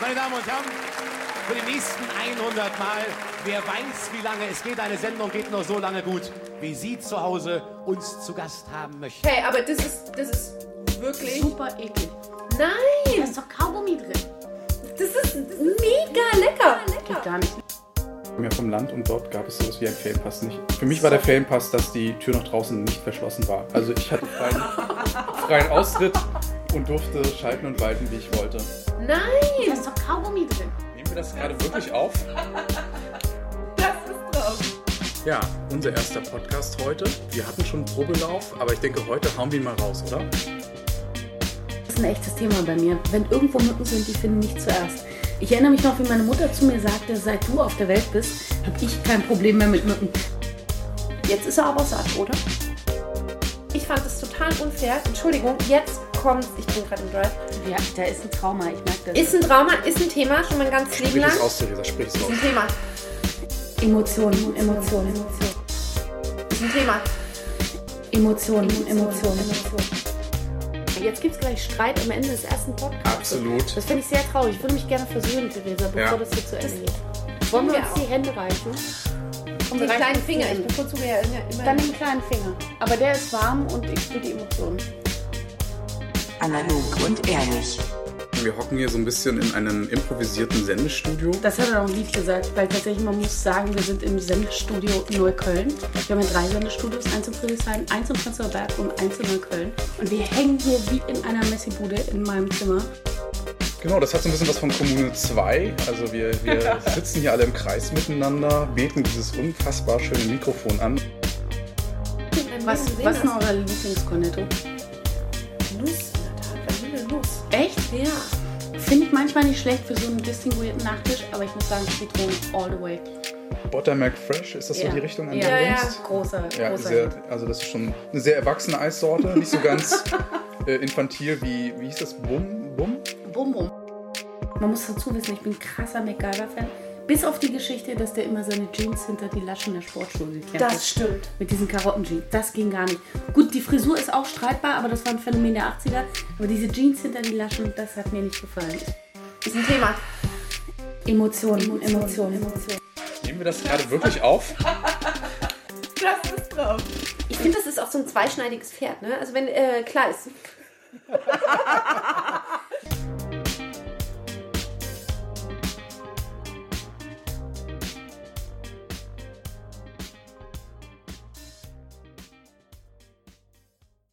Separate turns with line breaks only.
meine Damen und Herren, für die nächsten 100 Mal, wer weiß, wie lange es geht, eine Sendung geht noch so lange gut, wie Sie zu Hause uns zu Gast haben möchten.
Hey, aber das ist, das ist wirklich.
Super eklig. Da
Nein!
ist doch Kaugummi drin.
Das ist, das ist mega lecker.
Geht gar nicht.
Ich komme ja vom Land und dort gab es sowas wie einen Ferienpass nicht. Für mich war der Ferienpass, dass die Tür nach draußen nicht verschlossen war. Also ich hatte freien, freien Austritt und durfte schalten und walten, wie ich wollte.
Nein!
Da ist doch Kaugummi drin.
Nehmen wir das gerade wirklich auf?
Das ist drauf.
Ja, unser erster Podcast heute. Wir hatten schon Probelauf, aber ich denke, heute hauen wir ihn mal raus, oder?
Das ist ein echtes Thema bei mir. Wenn irgendwo Mücken sind, die finden mich zuerst. Ich erinnere mich noch, wie meine Mutter zu mir sagte, seit du auf der Welt bist, habe ich kein Problem mehr mit Mücken. Jetzt ist er aber satt, oder?
Ich fand es total unfair. Entschuldigung, jetzt kommt's. Ich bin gerade im Drive.
Ja, da ist ein Trauma, ich merke das.
Ist ein Trauma, ist ein Thema, schon mein ganzes Leben
Sprich
lang.
es aus, Theresa, sprich es
Ist
aus.
ein Thema.
Emotionen, Emotionen,
Ist ein Thema.
Emotionen, Emotionen, Emotionen. Jetzt gibt es gleich Streit am Ende des ersten Podcasts.
Absolut.
Das finde ich sehr traurig. Ich würde mich gerne versöhnen, Theresa, bevor
Ja.
das hier zu Ende geht. Wollen wir
wir
uns
auch.
die Hände reichen? Und
Den
wir reichen
kleinen
uns die
Finger.
Hände.
Ich bevorzuge ja immer. immer-
Dann den kleinen Finger. Aber der ist warm und ich spüre die Emotionen.
Analog und ehrlich.
Wir hocken hier so ein bisschen in einem improvisierten Sendestudio.
Das hat er auch lieb gesagt, weil tatsächlich, man muss sagen, wir sind im Sendestudio Neukölln. Wir haben ja drei Sendestudios, eins in Friedrichshain, eins in Prenzlauer Berg und eins in Neukölln. Und wir hängen hier wie in einer Messibude in meinem Zimmer.
Genau, das hat so ein bisschen was von Kommune 2. Also wir, wir sitzen hier alle im Kreis miteinander, beten dieses unfassbar schöne Mikrofon an.
Was, was ist denn euer Lieblingscornetto?
Nuss, in der Tat. Vanille Nuss.
Echt?
Ja.
Finde ich manchmal nicht schlecht für so einen distinguierten Nachtisch, aber ich muss sagen, Zitronen all the way.
Buttermilk Fresh, ist das
Ja.
so die Richtung, an
Ja,
der du
ja.
denkst?
Großer,
Ja,
großer Hit.
sehr, also das ist schon eine sehr erwachsene Eissorte, nicht so ganz äh, infantil wie, wie hieß das, Bum? Bum?
Bum, bum. Man muss dazu wissen, ich bin ein krasser MacGyver-Fan. Bis auf die Geschichte, dass der immer seine Jeans hinter die Laschen der Sportschuhe geklemmt hat.
Das stimmt.
Mit diesen Karottenjeans. Das ging gar nicht. Gut, die Frisur ist auch streitbar, aber das war ein Phänomen der 80er. Aber diese Jeans hinter die Laschen, das hat mir nicht gefallen.
Ist ein Thema.
Emotionen, Emotionen, Emotionen.
Nehmen wir das gerade wirklich auf?
Das ist drauf. Ich finde, das ist auch so ein zweischneidiges Pferd, ne? Also wenn, äh, klar ist.